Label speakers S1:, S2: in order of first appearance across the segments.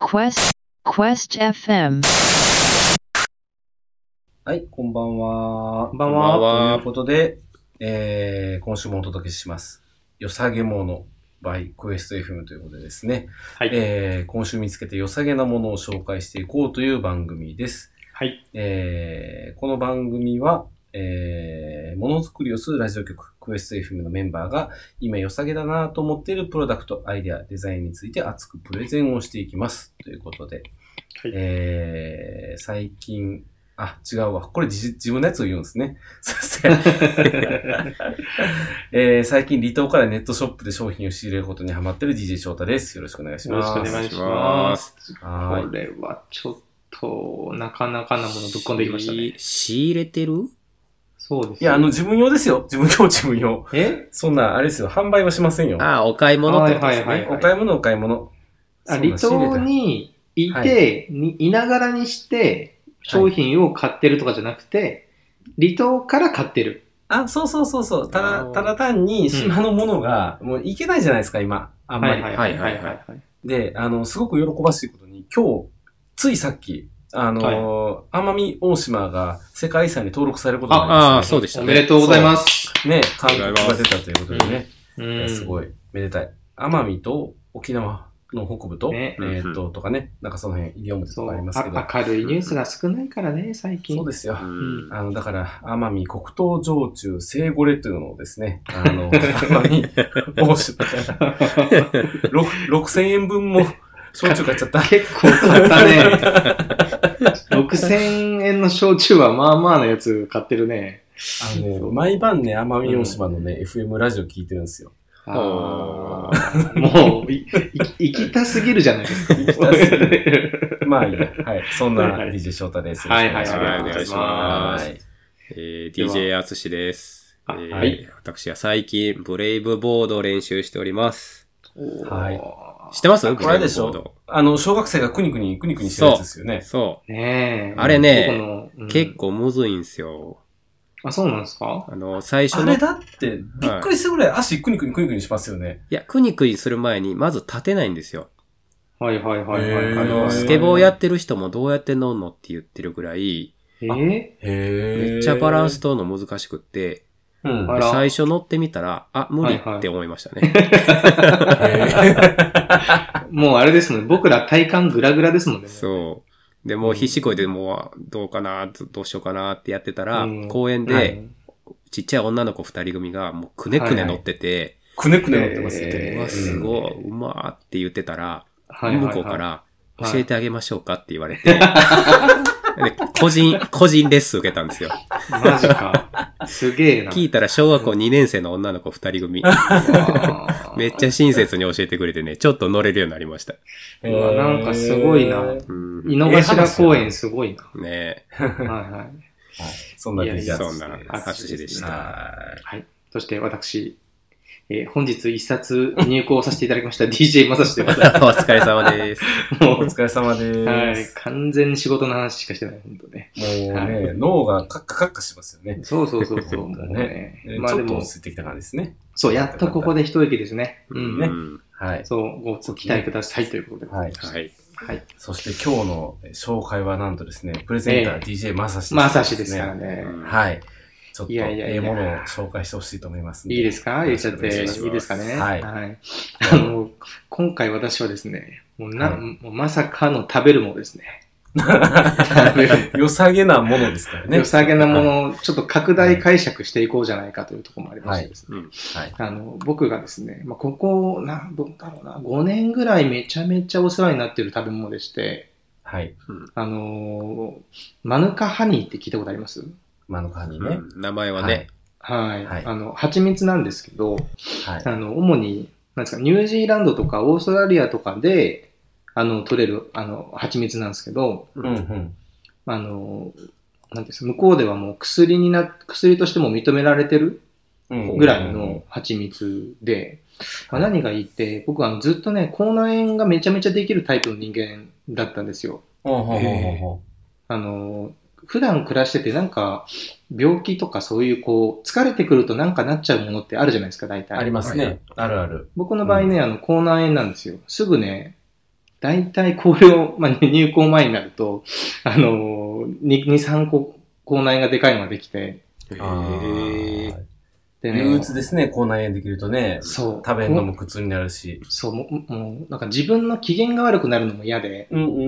S1: Quest Quest FM
S2: はい、こんばんは。こん
S3: ばんは
S2: ということで、えー、今週もお届けします。よさげもの by Quest FM ということでですね、
S3: はい。
S2: えー、今週見つけてよさげなものを紹介していこうという番組です。
S3: はい。
S2: えー、この番組は、えー、ものづくりをするラジオ局、クエスト FM のメンバーが、今良さげだなと思っているプロダクト、アイデア、デザインについて熱くプレゼンをしていきます。ということで、
S3: はい
S2: えー、最近、あ、違うわ。これ自自分のやつを言うんですね。 すいま せんえー最近離島からネットショップで商品を仕入れることにハマってる DJ 翔太です。よろしくお願いし
S3: よろ
S2: ま
S3: し
S2: す。
S3: くお願いします。
S2: はい。
S3: これはちょっと、なかなかなものぶっ込んできましたね
S4: し。仕入れてる
S3: そうです。
S2: いや、あの、、自分用ですよ。自分用、自分用。
S3: え
S2: そんな、あれですよ。販売はしませんよ。
S4: ああ、お買い物ってことですね。
S3: はいはいはい
S2: お買い物、お買い物。
S3: あ
S2: そん
S3: 離
S2: な仕入れた
S3: 島にいて、にいながらにして、商品を買ってるとかじゃなくて、離島から買ってる。
S2: あ、そうそうそうそう。た
S4: あ
S2: だ、
S4: ー
S2: ただ単に島のものが、もういけないじゃないですか、今。あんまり。
S4: はいはいはい
S3: い。
S2: で、あの、すごく喜ばしいことに、今日、ついさっき、あのー、奄美大島が世界遺産に登録されることになりました、
S4: ああ、そうでした
S3: お
S4: ね。
S3: めでとうございます。
S2: ね、韓国が出たということでね、
S3: うん
S2: いやす
S3: い。
S2: ごい、めでたい。奄美と沖縄の北部と、
S3: ね
S2: えーっと、とかね、なんかその辺、業務と
S3: そう
S2: かありますけど
S3: あ、明るいニュースが少ないからね、最近。
S2: そうですよ。
S4: うん。
S2: あの、だから、奄美黒糖焼酎生ゴレというのをですね、あの、 奄美大島から ろく6000円分も焼酎買っちゃった。
S3: 結構買ったね。6000円の焼酎はまあまあのやつ買ってるね。
S2: あのね、毎晩ね、奄美大島のね、FM ラジオ聞いてるんですよ。
S3: あーもうい、い、生きたすぎるじゃないですか。
S2: きたすぎまあいい や。はい。そんな
S3: はい
S2: DJ 翔太です。
S3: はいはい
S4: はいお願いします
S2: はい。
S4: えー、
S3: では
S4: DJ あつしです。
S3: あ
S4: えー
S2: はい
S4: 私は最近、ブレイブボードを練習しております。
S2: はい
S4: 知ってます
S2: あ
S4: ブ
S2: これ
S4: レイブ
S2: でし
S4: ボー
S2: ょ
S4: ド。
S2: あの、小学生がくにくに、くにくにしてるやつですよね。
S4: そ
S3: ねえ。
S4: あれね
S3: ここのう
S4: う。
S3: ん
S4: 結構むずいんすよ。
S3: あ、そうなんですか
S4: あの、最初
S2: あ
S4: の、
S2: れ
S4: い
S2: だって、びっくりするぐらい足くにくにくにくにしますよね。
S4: や、くにくにする前に、まず立てないんですよ。
S3: はいはいはいはいはい
S2: へー
S3: はい。
S4: スケボーやってる人もどうやって乗んのって言ってるぐらい、
S3: えー
S2: へー
S4: めっちゃバランス。取るの難しくって、
S2: うん。
S3: あ
S4: で
S3: ら
S4: 最初乗ってみたら、あ、無理って思いましたね。
S3: もうあれですもんね。僕ら体感グラグラですもんね。
S4: そう。で、もう必死こいでもう、どうかな、どどうしようかなってやってたら、
S3: うん
S4: 公園
S3: は
S4: で
S3: い、
S4: ちっちゃい女の子二人組が、もうくねくね乗ってて、
S2: くねくねなってますよ
S3: は
S2: ね
S3: いはい。
S4: う
S3: は
S4: わ、
S3: い
S4: す
S2: い。
S4: ごい、うまーって言ってたら、
S3: はいはいはい
S4: 向こうから、
S3: はい
S4: 教えてあげましょうかって言われて、 で個人、個人レッスン受けたんですよ。
S3: マジか。すげえな。
S4: 聞いたら小学校2年生の女の子二人 組、
S3: わー
S4: めっちゃ親切に教えてくれてね、ちょっと乗れるようになりました。
S2: へ
S3: うわ
S2: ー
S3: なんかすごいな
S4: うん。
S3: 井
S4: ね
S3: の頭公園すごいな。
S4: え、
S3: はいはい。
S2: そんない
S3: や
S2: デ
S3: い
S2: ジャ
S3: や
S2: ツ
S4: そんな、
S3: あ
S4: あつしでした。
S2: は
S3: はい。そして私、えー本日一冊入稿させていただきました DJ まさしでござ
S4: お
S3: いま
S4: 疲れ様です。
S3: す。も
S2: いお疲れ様
S3: う、は
S2: で
S3: い。
S2: す。
S3: 完全に仕事の話しかしてない、本当ね。
S2: もう
S3: は
S2: ね、脳がカッカカッカしますよね。
S3: そうそうそうそう、
S2: ね
S3: もうね
S2: え。
S3: まあ
S2: ち
S3: で
S2: ょっと
S3: も
S2: 落、ち着いてきた感じですね。
S3: そう、やっとここで一息ですね。う
S4: うん
S3: ん。
S4: うん
S2: はい。
S3: そう、ごご期待くださいということで。
S2: はい。
S4: はい。
S3: はい。
S2: そして今日の紹介はなんとですね、プレゼンター DJ まさし
S3: まさしですから。ね。
S2: はい。ちょっと、
S3: いやいや
S2: え
S3: いや
S2: えものを紹介してほしいと思いますん
S3: いいですか言っちゃって。
S2: よろ
S3: い
S2: しくお願いします
S3: いですかね。
S2: はい
S3: あの、今回私はですね、もうな、
S2: はい
S3: もうまさかの食べるもの ですね。食べる
S2: 良さげなものですからね。
S3: 良さげなものをちょっと拡大解釈していこうじゃないかというところもありましてですね、
S4: うん
S2: はい
S3: あの僕がですね、まあ、ここな、どうだろうな、5年ぐらいめちゃめちゃお世話になっている食べ物でして、
S2: はい。
S3: あのーマヌカハニーって聞いたことあります
S2: マのカニ
S4: う
S2: ね。
S4: ん名前はね。
S3: はい。
S2: はい
S3: あの、蜂蜜なんですけど、
S2: はい
S3: あ。の、主に、なんですか、ニュージーランドとかオーストラリアとかで、あの、取れる、あの、蜂蜜なんですけど、
S2: うんうん。
S3: あの、なんていうんですか、向こうではもう薬にな、薬としても認められてる
S2: うん
S3: ぐらいの。蜂蜜で、まあ、何がいいって、僕はあのずっとね、口内炎がめちゃめちゃできるタイプの人間だったんですよ。
S2: ほうほうほうほうほ
S3: あの、普段暮らしててなんか、病気とかそういうこう、疲れてくるとなんかなっちゃうものってあるじゃないですか、大
S2: う
S3: 体。
S2: あります
S3: はい
S2: ね。あるある。
S3: 僕の場合ね、あの、口内炎なんですよ。すぐね、大体これを、まあ、入校前になると、あの、2、3個、口内炎がでかいのができて、
S4: え
S2: ー
S4: ー、
S3: で
S2: 憂
S3: ね、
S2: 鬱ですね、口内炎できるとね。
S3: そう。
S2: 食べんのも苦痛になるし。
S3: そう、もう、もうなんか自分の機嫌が悪くなるのも嫌で、
S2: うんうんうんう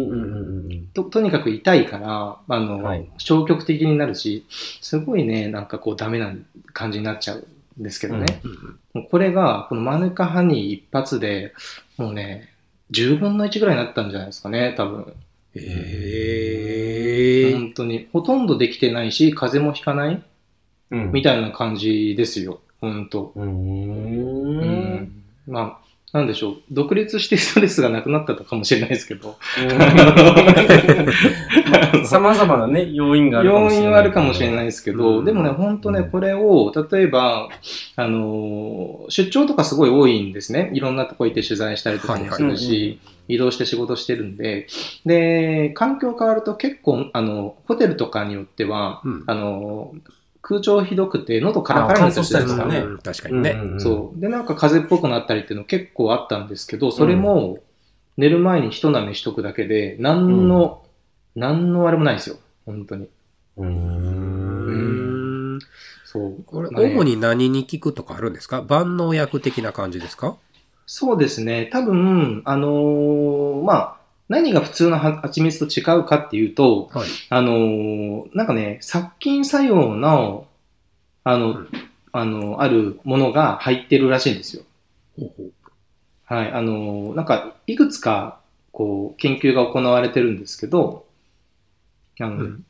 S2: んうん。
S3: と、とにかく痛いから、あの、
S2: はい
S3: 消極的になるし、すごいね、なんかこうダメな感じになっちゃうんですけどね。もうこれが、このマヌカハニー一発で、もうね、10分の1ぐらいになったんじゃないですかね、多分。
S4: えー、
S3: 本当に。ほとんどできてないし、風邪もひかない
S2: うん。
S3: みたいな感じですよ。本当。
S2: うーん。
S3: まあ、なんでしょう。独立してストレスがなくなったとかもしれないですけど。
S2: さまざまなね、要因があるかも
S3: 要
S2: しれない。
S3: 因はあるかもしれないですけど、
S2: うん
S3: でもね、本当ね、
S2: うん
S3: これを、例えば、あのー、出張とかすごい多いんですね。いろんなとこ行って取材したりとかもするし、
S2: はいはいうんうん
S3: 移動して仕事してるんで、で、環境変わると結構、あの、ホテルとかによっては、
S4: うん
S3: あのー、空調ひどくて喉カラカラになったりするんです
S2: あ乾燥したりとかね
S3: か
S4: うん確かにね。
S2: うんうんうん
S3: そう。で、なんか風邪っぽくなったりっていうの結構あったんですけど、それも寝る前に一舐めしとくだけで、何の、何のあれもないですよ。本当に。
S2: うー。
S4: うんん
S3: そう。
S4: これ、
S3: まあね
S4: 主に何に効くとかあるんですか万能薬的な感じですか
S3: そうですね。多分、あのーまあ、何が普通のは蜂蜜と違うかっていうと、
S4: はい。
S3: あのーなんかね、殺菌作用の、あの、
S4: うん
S3: あの、あるものが入ってるらしいんですよ。
S4: ほうほう
S3: はい。あのーなんか、いくつか、こう、研究が行われてるんですけど、あの、
S4: うん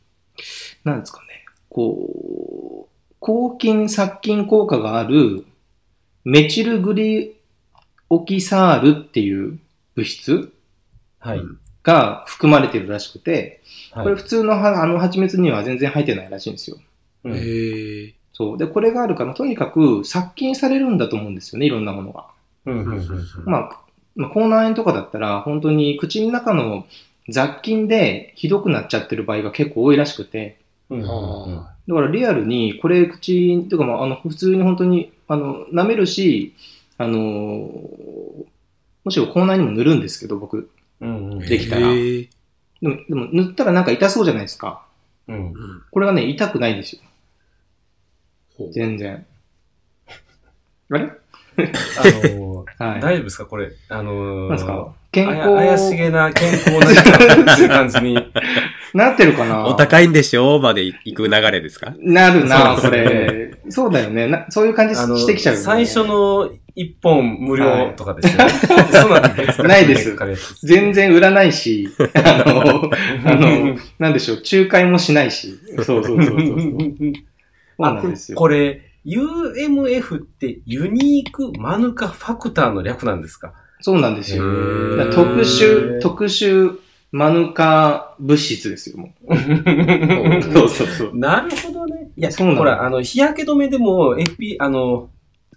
S3: なんですかね、こう、抗菌殺菌効果があるメチルグリオキサールっていう物質
S2: はい。
S3: が含まれてるらしくて、
S2: はい
S3: これ普通のはあの蜂蜜には全然入ってないらしいんですよ。
S2: うん
S4: えー
S3: そう。で、これがあるから、とにかく殺菌されるんだと思うんですよね、いろんなものが。
S2: うんうんうん
S3: まあ、まあ、口内炎とかだったら、本当に口の中の雑菌でひどくなっちゃってる場合が結構多いらしくて、
S2: うんうん
S4: あ
S3: だからリアルに、これ口、というかまあ、あの、普通に本当に、あの、舐めるし、あのーむしろ口内にも塗るんですけど、僕。
S2: うんうん
S4: ー
S3: できたら
S4: えー
S3: でも、でも塗ったらなんか痛そうじゃないですか。
S2: うん
S4: うん
S3: これがね、痛くないんですよ。
S4: ほう
S3: 全然。あれ
S2: あのー、大
S3: はい。
S2: 丈夫ですかこれ。あのー、
S3: なんですか健
S2: あや
S3: 康、
S2: 怪しげな健康な時間っていう感 じに。
S3: なってるかな
S4: お高いんでしょまで行く流れです か
S3: なるな、
S2: そ
S3: こ
S2: うで
S3: れ。そうだよね。なそういう感じ
S2: あの
S3: してきちゃうよね。
S2: 最初の一本無料とかです よね。そうなんです
S3: ないです全然売らないし、 あの、あの、なんでしょう、仲介もしないし。そうそ うそうそうそう。そうなんですよ。
S2: これ、UMF ってユニークマヌカファクターの略なんですか
S3: そうなんですよ。
S4: へー
S3: だから特殊、特殊、マヌカ物質ですよ、も う。そうそうそう。
S2: なるほどね。いや、
S3: そうなの
S2: ほら、あの、日焼け止めでも FP、あの、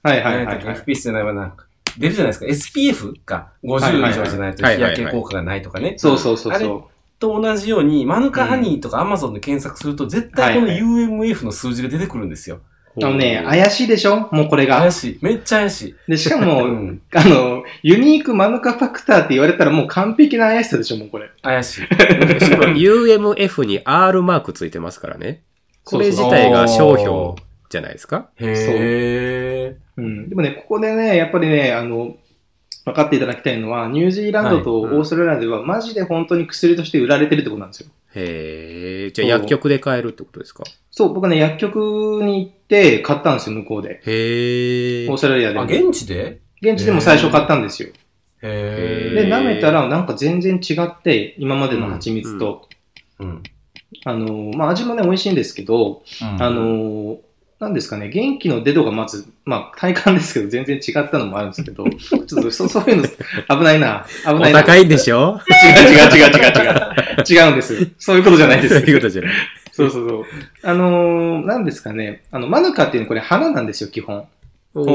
S3: はいはいは
S2: 何
S3: い、は
S2: やったっ
S3: い。
S2: け FPS じゃないわな。出るじゃないですか。SPF か。50以上じゃないと
S4: は
S2: 日
S4: いはいはい
S2: 焼け効果がないとかね。
S3: そうそうそう
S2: あれ
S3: そ
S2: と同じように、マヌカハニーとか Amazon で検索すると、絶対この
S3: はい
S2: UMF の数字が出てくるんですよ。
S3: う。あのね、怪しいでしょもうこれが
S2: 怪。しい。めっちゃ怪しい。
S3: で、しか
S2: う
S3: も、
S2: ん。
S3: あの、ユニークマヌカファクターって言われたらもう完璧な怪しさでしょ、もうこれ。
S2: 怪しい。
S4: しかも UMF に R マークついてますからね。これ自体が商標じゃないですか
S2: へ
S3: うん。でもね、ここでね、やっぱりね、あの、分かっていただきたいのは、ニュージーランドとオ
S4: はいうん
S3: ーストラリアでは、マジで本当に薬として売られてるってことなんですよ。
S4: へえ。じゃあ
S3: そう
S4: 薬局で買えるってことですか
S3: そう、僕ね、薬局に行って買ったんですよ、向こうで。
S4: へえ
S3: オー。ストラリア
S2: え。
S3: で
S2: あ、
S3: も。
S2: 現地で
S3: 現地でも最初買ったんですよ。
S2: へ
S4: へ
S2: え。
S3: で、舐めたらなんか全然違って、今までの蜂蜜と。
S2: うん。
S3: あのー、まあ、味もね、美味しいんですけど、あのー、なんですかね、元気の出度がまず、まあ、体感ですけど、全然違ったのもあるんですけ ど、ちょっとそ そういうの、危ないな。危
S4: お
S3: ないな。
S4: 高
S3: 違う
S4: いんでしょ
S3: 違う違う違う違う。違うんです。そういうことじゃないで
S4: そう
S3: す。
S4: いうことじゃない。
S3: そうそうそう。あのー、なんですかね、あの、マヌカっていうのはこれ花なんですよ、基本。
S4: ほう
S2: ほう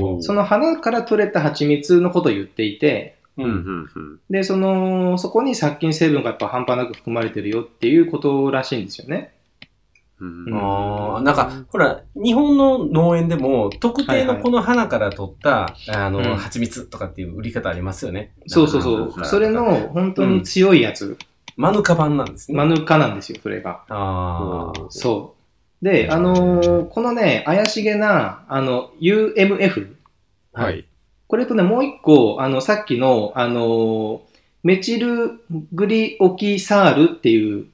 S2: ほう
S3: その花から取れた蜂蜜のことを言っていて、
S2: う
S4: うん
S2: ん。
S4: うん
S3: で、その、そこに殺菌成分がやっぱ半端なく含まれてるよっていうことらしいんですよね。
S4: うん
S3: うん
S2: あーなんか、ほら、日本の農園でも、特定のこの花から取った、あ
S3: う
S2: の、
S3: ん
S2: 蜂蜜とかっていう売り方ありますよね。
S3: そうそう
S2: なん
S3: そ
S2: か
S3: う。それ、
S2: なんか
S3: の本当に強いやつ、
S2: マヌカ版なんですね。
S3: マヌカなんですよ、それが。
S2: ああ。
S3: そう。で、あのーこのね、怪しげな、あの、UMF。
S4: は。い。
S3: これとね、もう一個、あの、さっきの、あのーメチルグリオキサールっていう、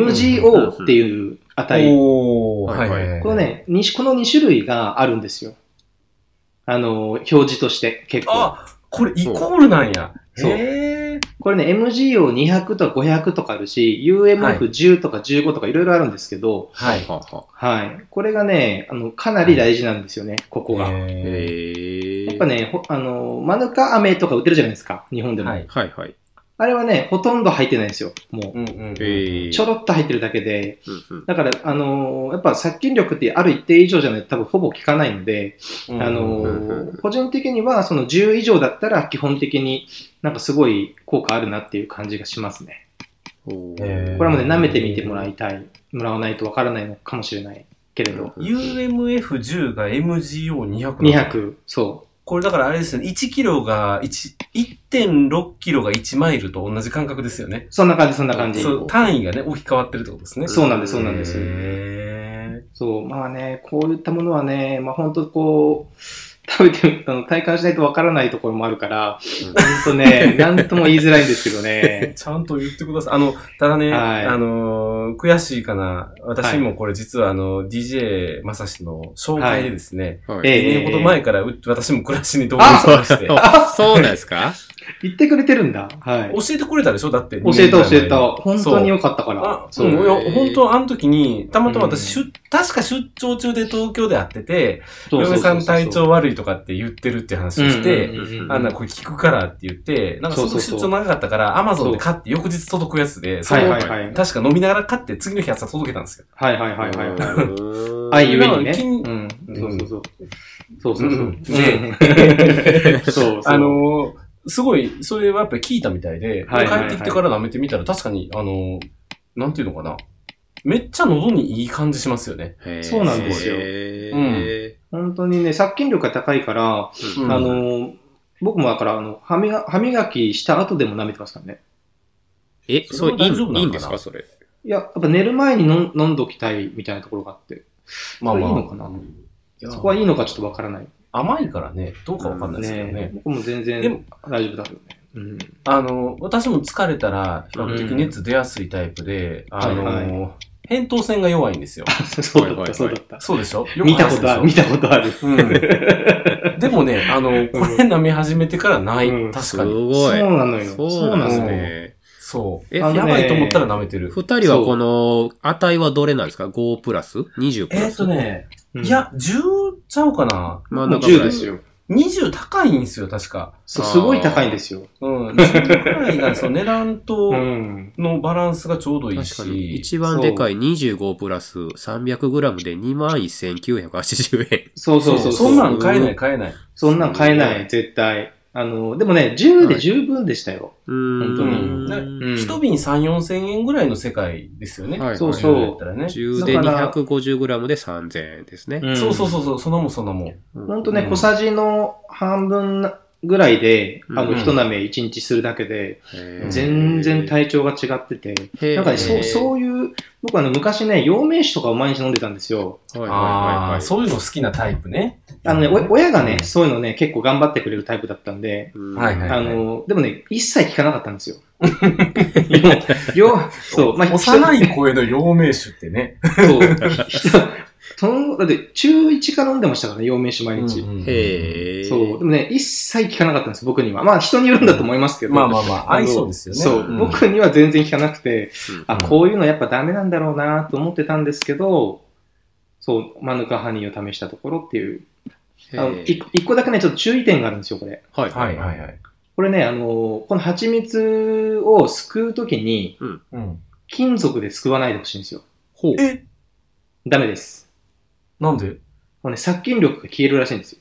S3: MGO っていう値。
S2: おお、
S4: はいはい
S3: この、ね、にこの2種類があるんですよ。あの、表示として結構。
S2: あ、これイコールなんや。
S3: そう
S2: へえ。
S3: これね、MGO200 とか500とかあるし、UMF10 とか15とかいろいろあるんですけど、
S2: はい。
S4: はあはあ。
S3: はい。これがね、あの、かなり大事なんですよね、ここが。や
S2: へ
S4: へえ。
S3: っぱ。ね、ほあの、マヌカ飴とか売ってるじゃないですか、日本
S2: ー
S3: でも。
S2: はい。
S4: はいはい。
S3: あれはね、ほとんど入ってないんですよ、も
S2: うんうん。
S3: う。
S4: えー
S3: ちょろっと入ってるだけで。
S4: うんうん
S3: だから、あの、やっぱ殺菌力ってある一定以上じゃないと多分ほぼ効かないので、
S2: うん
S3: あの
S4: うんうんうん
S3: ー個人的にはその10以上だったら基本的になんかすごい効果あるなっていう感じがしますね。
S4: お
S2: えー
S4: ー
S3: これはもうね、舐めてみてもらいたい、もらわないとわからないのかもしれないけれど、
S2: UMF10 が MGO200。。
S3: 200、そ
S2: これだからあれですよね。1キロが1、1.6キロが1マイルと同じ感覚ですよね。
S3: う。そんな感じ、そんな感じ。
S2: そ、
S3: そう
S2: 単位がね、置き換わってるってことですね。
S3: うなんです、そうなんです。
S2: へ
S3: そう、まあね、こういったものはね、まあ本当こう、食べてみあの体感しないとわからないところもあるから、
S4: うん
S3: 本当ね、なんとも言いづらいんですけど
S2: ー
S3: ね。
S2: ちゃんと言ってください。あの、ただね、
S3: はい
S2: あのー悔しいかな。私もこれ実はあの、DJ まさしの紹介でですね、
S4: はい
S3: え
S2: 2年ほど前からう私も暮らしに導入
S4: あ
S2: してま して、教
S4: あそうなんですか
S3: 言ってくれてるんだ。はい。
S2: えてくれたでしょだって。
S3: 教えた教えた。本当に
S2: よ
S3: 良かったから
S2: あ。、
S3: そうう。
S2: ん、い
S4: へ
S2: や、
S4: ー
S2: 本当あの時に、たまたま私、
S3: う
S2: 出確か出張中で東京で会ってて、嫁さん体
S3: を
S2: 調悪いとかって言ってるって話をして、あんなこれ聞くからって言って、なんかその
S3: そう
S2: 出
S3: そうそう
S2: 張長かったから、アマゾンで買って翌日届くやつで、そ
S3: は
S2: れ
S3: い
S2: を
S3: はいはい。
S2: 確か飲みながら買って次の日朝届けたんですよ。
S3: はいはいはいはいはい。
S4: うん
S3: あいゆえにね。
S2: う
S3: うん。そうそうそう。そうそう
S2: う
S3: そ
S2: ん
S3: う。
S2: で
S3: そうそう。
S2: あのー、すごい、それはやっぱり聞いたみたいで、
S3: はいはい
S2: 帰
S3: はい
S2: ってきてから舐めてみたら確かに、あのー、なんていうのかな。めっちゃ喉にいい感じしますよね。
S4: へー
S3: そうなんですよ
S4: へ
S2: うん
S4: ー
S3: 本当にね、殺菌力が高いから、
S2: う
S3: あ
S2: ん
S3: のー、僕もだから、あの、歯磨歯磨きした後でも舐めてますからね。
S4: え、
S2: そ
S4: そ
S2: れ
S4: れ
S2: はい大
S4: いん
S2: 丈夫なのかない
S4: いんですかそれ。
S3: いや、やっぱ寝る前に飲ん飲んどきたいみたいなところがあって、
S2: まあまあ。
S3: それいいのかない
S2: や
S3: そこはいいのかちょっとわからない。
S2: 甘いからね、どうかわかんないですけどね。
S3: ね僕も全
S2: でも
S3: 然大丈夫だけどね。 うん。
S2: あの、私も疲れたら、比較的熱出やすいタイプで、あの、
S3: はい
S2: 扁桃腺が弱いんですよ。
S3: そうだ
S4: は
S3: っ
S4: いはい
S3: た、
S4: はい
S3: そうだった。
S2: そうでしょよく
S3: 見たこと ある、見
S2: 話す
S3: たことある。
S2: でしょうん。でもね、あの、これ舐め始めてからない。
S3: うん
S2: 確
S4: す
S2: かに。
S4: ごい。
S3: そうなのよ
S4: そうなんです
S2: そうなの
S4: ね。
S2: そう。
S4: え
S2: や
S3: あのね
S2: ばいと思ったら舐めてる。
S4: 二人はこの値はどれなんですか ?5 プラス ?20 プ
S2: え
S4: ラ
S2: ーっ
S4: ス
S2: と、ね、
S3: うん
S2: い、や、10ちゃうかな。
S4: 真ん
S3: もう
S4: 中ぐ
S3: 10
S4: らい
S3: ですよ。
S2: 20高いんですよ、確か。
S3: そう、すごい高いんですよ。
S2: うん。10くらいが、その値段 と
S3: ん。
S2: のバランスがちょうどいい
S4: 確かに。
S2: し。
S4: 一番でかい25プラス 300g で21,980円。
S3: そうそうそう。。
S2: そんなん買えないい、買えない。
S3: そんなん買えない、絶対。あの、でもね、10で十分でしたよ。
S4: うー
S3: 本
S4: ん。
S3: 当に
S4: うん
S3: うん
S2: 一瓶3、4千円ぐらいの世界ですよね。
S4: はい
S3: そう
S2: 50だ
S3: そ
S2: ったらね。
S4: 10で
S3: だから
S4: 250g で3000円ですね。
S3: ん
S2: そうそうそうそう、そんなもんそんなもん。
S3: ほんと
S2: う
S3: ね、
S2: ん
S3: 小さじの半分ぐらいで、あ
S4: うん
S3: の、一舐め一日するだけで、
S4: へー
S3: 全然体調が違ってて、
S4: へー
S3: なんかね、そう、
S4: は
S3: そういう、僕あの、昔ね、陽明酒とかを毎日飲んでたんですよ。
S4: いはいはい
S2: あ
S4: は
S2: あ、
S4: い。
S2: そういうの好きなタイプね。
S3: あのね、お親が
S2: う
S3: ね、
S2: ん
S3: そういうのね、結構頑張ってくれるタイプだったんで、
S4: うん
S2: はいはい
S3: あの、でもね、一切聞かなかったんで すよ。よよそう、まあ、
S2: 幼い声の陽明酒ってね。
S3: そう。その、だって、中1から飲んでましたからね、陽明酒毎日。
S4: へえ。
S3: そう。でもね、一切聞かなかったんです、僕には。まあ、人によるんだと思いますけど。
S2: まあまあまあ、
S3: あの
S2: 相性ですよね。
S3: そう、
S2: ん
S3: 僕には全然聞かなくて、
S4: うん
S3: あ、こういうのやっぱダメなんだろうなと思ってたんですけど、そう、マヌカハニーを試したところっていう。あの
S4: へー
S3: 一個一個だけね、ちょっと注意点があるんですよ、これ。
S4: はい
S2: はいはいはい。
S3: これね、あのこの蜂蜜をすくうときに、
S2: うん
S3: 金属ですくわないでほしいんですよ。
S4: ほう。
S2: え、
S3: ダメです。
S2: なんで
S3: もうね、殺菌力が消えるらしいんですよ。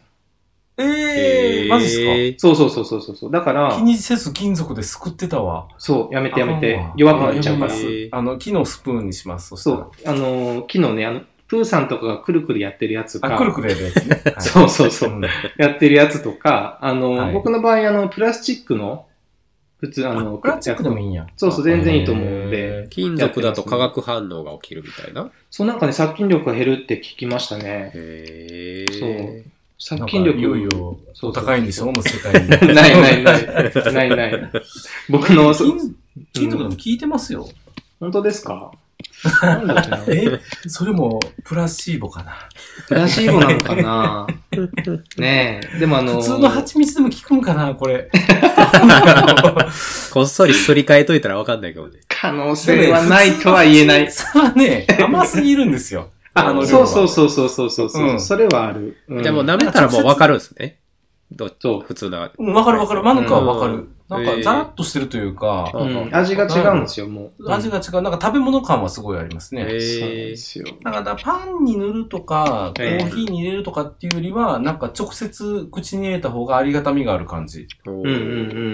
S2: ええー、マジっすか
S3: そうそうそうそうそうそう。だから
S2: 気、にせず金属ですくってたわ。
S3: そう、やめてやめ
S2: あ
S3: て
S2: かんわ、
S3: 弱くなっちゃうか
S2: あ
S3: ら
S2: や。めますあの、木のスプーンにします。そした
S3: そ
S2: ら
S3: う、あのー、昨日ね、あの、プーさんとかがくるくるやってるやつ
S2: あ、
S3: か、
S2: くるくるやるやつね。はい
S3: そうそう そうんやってるやつとか、あのー、
S2: はい
S3: 僕の場合、あの、プラスチックの、普通、あの、
S2: プラスチックでもいいんや。
S3: そうそう、全然いいと思うんで、
S2: へ
S4: 金属だと化学反応が起きるみたいな。
S3: そうなんかね、殺菌力が減るって聞きましたね。
S4: へ
S3: そう
S4: え。。
S2: ー。
S3: 殺菌力。
S2: なんかいよいよ、
S3: そうそう
S2: お高いんでしょもう世界に。
S3: ないな いない。ないない。僕の、 そう
S2: 金金属でも効いてますよ。
S3: 本当ですかなんだっけな
S2: え、それもプラシーボかな。
S3: プラシーボなのかなねえ。でもあの、
S2: 普通の蜂蜜でも効くんかなこれ。
S4: こっそりすり替えといたらわかんないかもね。
S3: 可能性はないとは言えない。
S2: それはね、甘すぎるんですよ。あの
S3: あ、そうそうそうそうそうそうそう、
S2: うん
S3: それはある。うん
S4: じゃあもう舐めたらもうわかるんですね。どっ
S3: そう
S4: 普通な。
S2: うんわかるわかる。マヌカはわか
S4: う
S2: る
S4: ん。
S2: なんか、ザラッとしてるというか、
S4: え
S3: うん、味が違うんですよ、もう。
S2: 味が違う。なんか食べ物感はすごいありますね。
S3: うん、そうなん
S4: へ
S3: で
S4: え。
S3: すよ。
S2: だからパンに塗るとか、コ
S3: ええ
S2: ーヒーに入れるとかっていうよりは、なんか直接口に入れた方がありがたみがある感じ
S4: うん
S3: うんうんう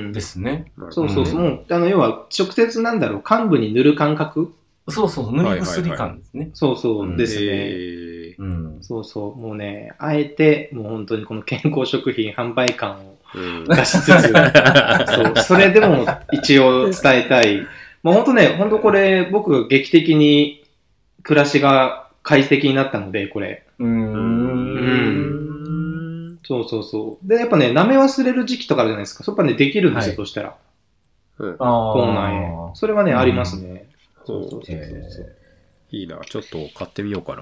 S3: ん
S2: で。すね。
S3: そうそうそう。
S2: う
S3: もう、あの、要は、直接なんだろう、幹部に塗る感覚
S2: そうそう、塗り薬感ですね。
S3: そうそうう、
S2: ん
S3: ですね。
S4: へ
S2: うん。
S3: そうそう、もうね、あえて、もう本当にこの健康食品販売感を
S4: ーうん
S3: 出 しつつ、そう、それでも一応伝えたい。もう本当ね、本当これ、僕が劇的に暮らしが快適になったので、これ。
S2: うーん。
S3: そうそうそう。で、やっぱね、舐め忘れる時期とかあるじゃないですか。そっぱね、できるんですよ、
S2: はい
S3: としたら。
S2: ああ。
S3: こうなんや。それはね、
S2: うん
S3: ありますね。
S4: そうそう
S2: へえ
S4: いいな。ちょっと買ってみようかな。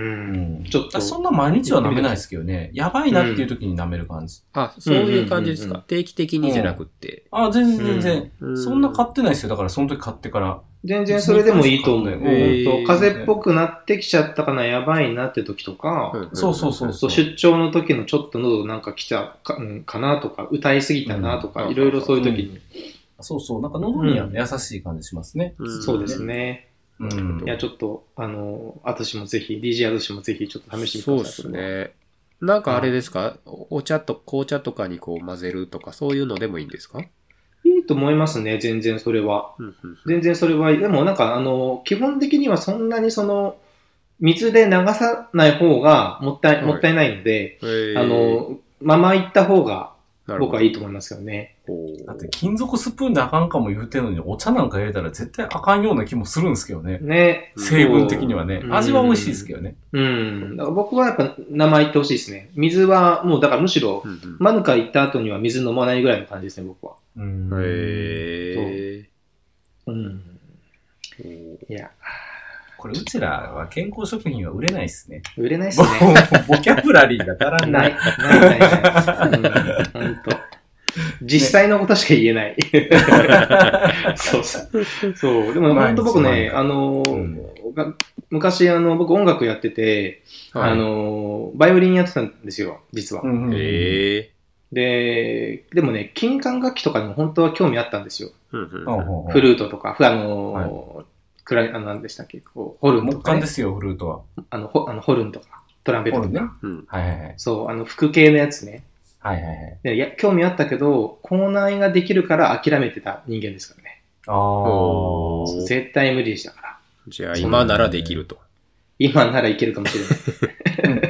S2: うんん
S3: ちょっと。
S2: そんな毎日は舐めないですけどね。やばいなっていう時に舐める感じ。
S4: あ、そういう感じです
S3: うんうんうん
S4: か。定期的にじゃなくって。
S2: ああ、全然全然。そんな買
S4: か
S2: ってないですよ。だからその時買ってから。
S3: 全然それでもいいと思う。
S2: うん
S3: 本当風邪っぽくなってきちゃったかな、やばいなって時とか、
S2: そうそうそうそ
S3: そ
S2: うう。
S3: 出張の時のちょっと喉なんか来ちゃうか,、うん、かなとか、歌いすぎたなとか、
S4: うん
S3: いろいろそういう時に、
S2: そうそう。なんか喉にはね優しい感じしますね。
S4: うん
S3: そうですね。
S2: うん
S3: い。や、ちょっと、あの、私もぜひ、DJ 私もぜひちょっと試してみてく
S4: そ
S3: だ
S4: うで
S3: さい。
S4: す。ね。なんかあれですか、おお茶と紅茶とかにこう混ぜるとか、そういうのでもいいんですか
S3: いいと思いますね、全然それは。
S4: うんうん
S3: 全然それは、でもなんか、あの、基本的にはそんなにその、水で流さない方がもったい、
S4: はい
S3: もったいないので、
S4: へー
S3: あの、ままいった方が
S4: なるほど
S3: 僕はいいと思いますけどね。
S4: こう
S2: だって金属スプーンであかんかも言うてんのに、お茶なんか入れたら絶対あかんような気もするんですけどね。
S3: ね。
S2: 成分的にはね
S3: う。ん
S2: 味は美味しいですけどね。
S3: うん。だから僕はやっぱ生言ってほしいですね。水はもうだからむしろ、
S4: うんうん
S3: マヌカ行った後には水飲まないぐらいの感じですね、僕は。
S2: うん
S4: へえ。
S3: うん。
S4: こ
S3: いや、
S2: これ、うちらは健康食品は売れないっすね。
S3: 売れないっす
S2: ボ
S3: ね。
S2: ボキャブラリーが足らんな。
S3: ないい、ない、ない、ない。うん、ほんと。実際のことしか言えない。そうそう。そう。でも本当僕ね、
S2: 毎日毎日
S3: あのー
S2: う
S3: が昔、あの、僕音楽やってて、
S4: うはい
S3: あのーバイオリンやってたんですよ、実は。
S2: うんうん
S4: へえ。
S3: で、でもね、金管楽器とかにも本当は興味あったんですよ。
S4: うん
S2: ほうほうほう
S3: フルートとか、ふあのー、クラリ、あの、何でしたっけ、こう、ホルンと
S2: 木
S3: か、
S2: 管
S3: ね
S2: で。すよ、フルートは。
S3: あの、ホあのホルンとか、トランペット
S2: ホ
S3: と
S2: ル
S3: か。
S2: ンね。
S4: うん
S2: はいはいはい。
S3: そう、あの、服系のやつね。
S2: はいはいはい。
S3: でいや興味あったけど、口内ができるから諦めてた人間ですからね。
S2: ああ。
S4: お
S3: 絶対無理でしたから。
S4: じゃあ今ならできると。
S3: 今ならいけるかもしれない。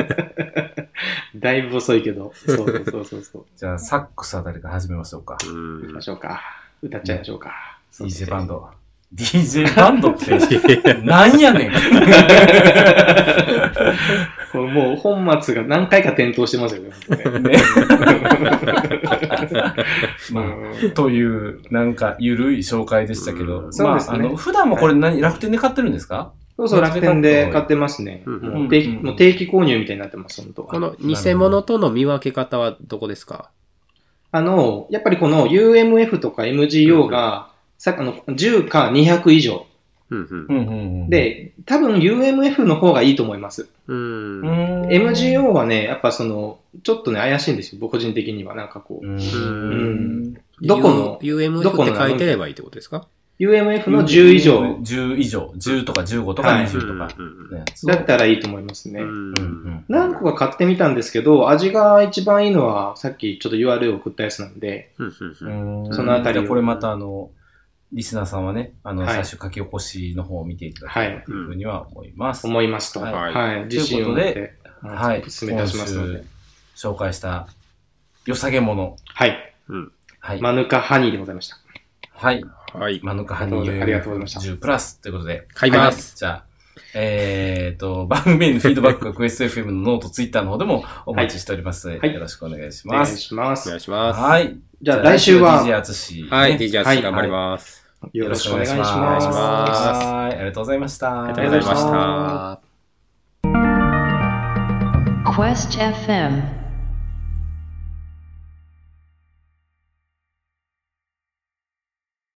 S3: だいぶ遅いけど。そうそうそうそうそう。
S2: じゃあ、サックスあたりから始めましょうか。
S4: うん
S3: 行きましょうか。歌っちゃいましょうか。そうそう
S2: DJ バンド。DJ バンドって、 なんやねん。
S3: これもう本末が何回か転倒してますよね。本当ね
S2: まあ
S3: うん
S2: という、なんか、ゆるい紹介でしたけど、
S4: うん
S3: そうですね
S2: まあ、あの、普段もこれ何、楽天で買ってるんですか
S3: そうそう、楽天で買ってますね。
S4: うん
S3: もう定期
S2: うん
S3: もう定期購入みたいになってます、本当
S4: この偽物との見分け方はどこですか
S3: あの、やっぱりこの UMF とか MGO が、さあの10か200以上。
S4: うんうん
S2: んうんう、
S3: で、多分 UMF の方がいいと思います。
S4: うん
S2: うーん
S3: MGO はね、やっぱその、ちょっとね、怪しいんですよ、僕個人的には。なんかこ
S2: う
S3: う。
S2: ーん。
S3: どこの
S4: U-
S3: どこ
S4: ?UMF っ
S3: の
S4: て書いてればいいってことですか
S3: UMF の10以上。
S2: 10以上。10とか15とか
S3: はい
S2: 20とか
S4: うんうん
S2: のやつを。
S3: だったらいいと思いますね。
S4: うん
S2: う
S4: うん
S2: うんん。
S3: 何個か買ってみたんですけど、味が一番いいのは、さっきちょっと URL を送ったやつなんで、
S4: うんうんうん
S3: そのあたりを
S2: じゃこれまたあの、リスナーさんはね、あの、
S3: はい
S2: 最初書き起こしの方を見ていただければというふうには思います。
S3: 思いますと。
S2: はい
S3: は
S2: と
S3: い。
S2: いう
S3: 自信を持って、
S2: はい。
S3: お勧めいたしますので。
S2: 今週紹介した、良さげもの。
S3: はい。
S2: はい。
S3: マヌカハニーでございました。
S2: はい。
S4: はい。
S2: マヌカハニー
S3: ありがとうございました
S2: 10プラスということで。
S4: 買います。
S2: じゃあ、えー、と、 番組へのフィードバックはクエスト FM のノート、ツイッターの方でもお待ちしておりますので、
S3: はい
S2: よろしくお願いし
S3: お願
S2: ま
S3: い
S2: す。
S3: しま
S4: お願
S3: す
S4: い。します。
S2: はい。
S3: じゃあ来週は
S2: DJ 淳、ね
S4: はい。DJ
S3: はい
S4: 頑張ります。
S3: よろしくお願いし
S2: よろ
S3: ま
S2: し
S3: す。
S2: くお願いし
S4: ます
S2: はい。ありがとうございました。
S4: あ
S2: あ
S4: りがとうございま
S3: あ
S4: し。
S3: りがとうございました
S1: Quest FM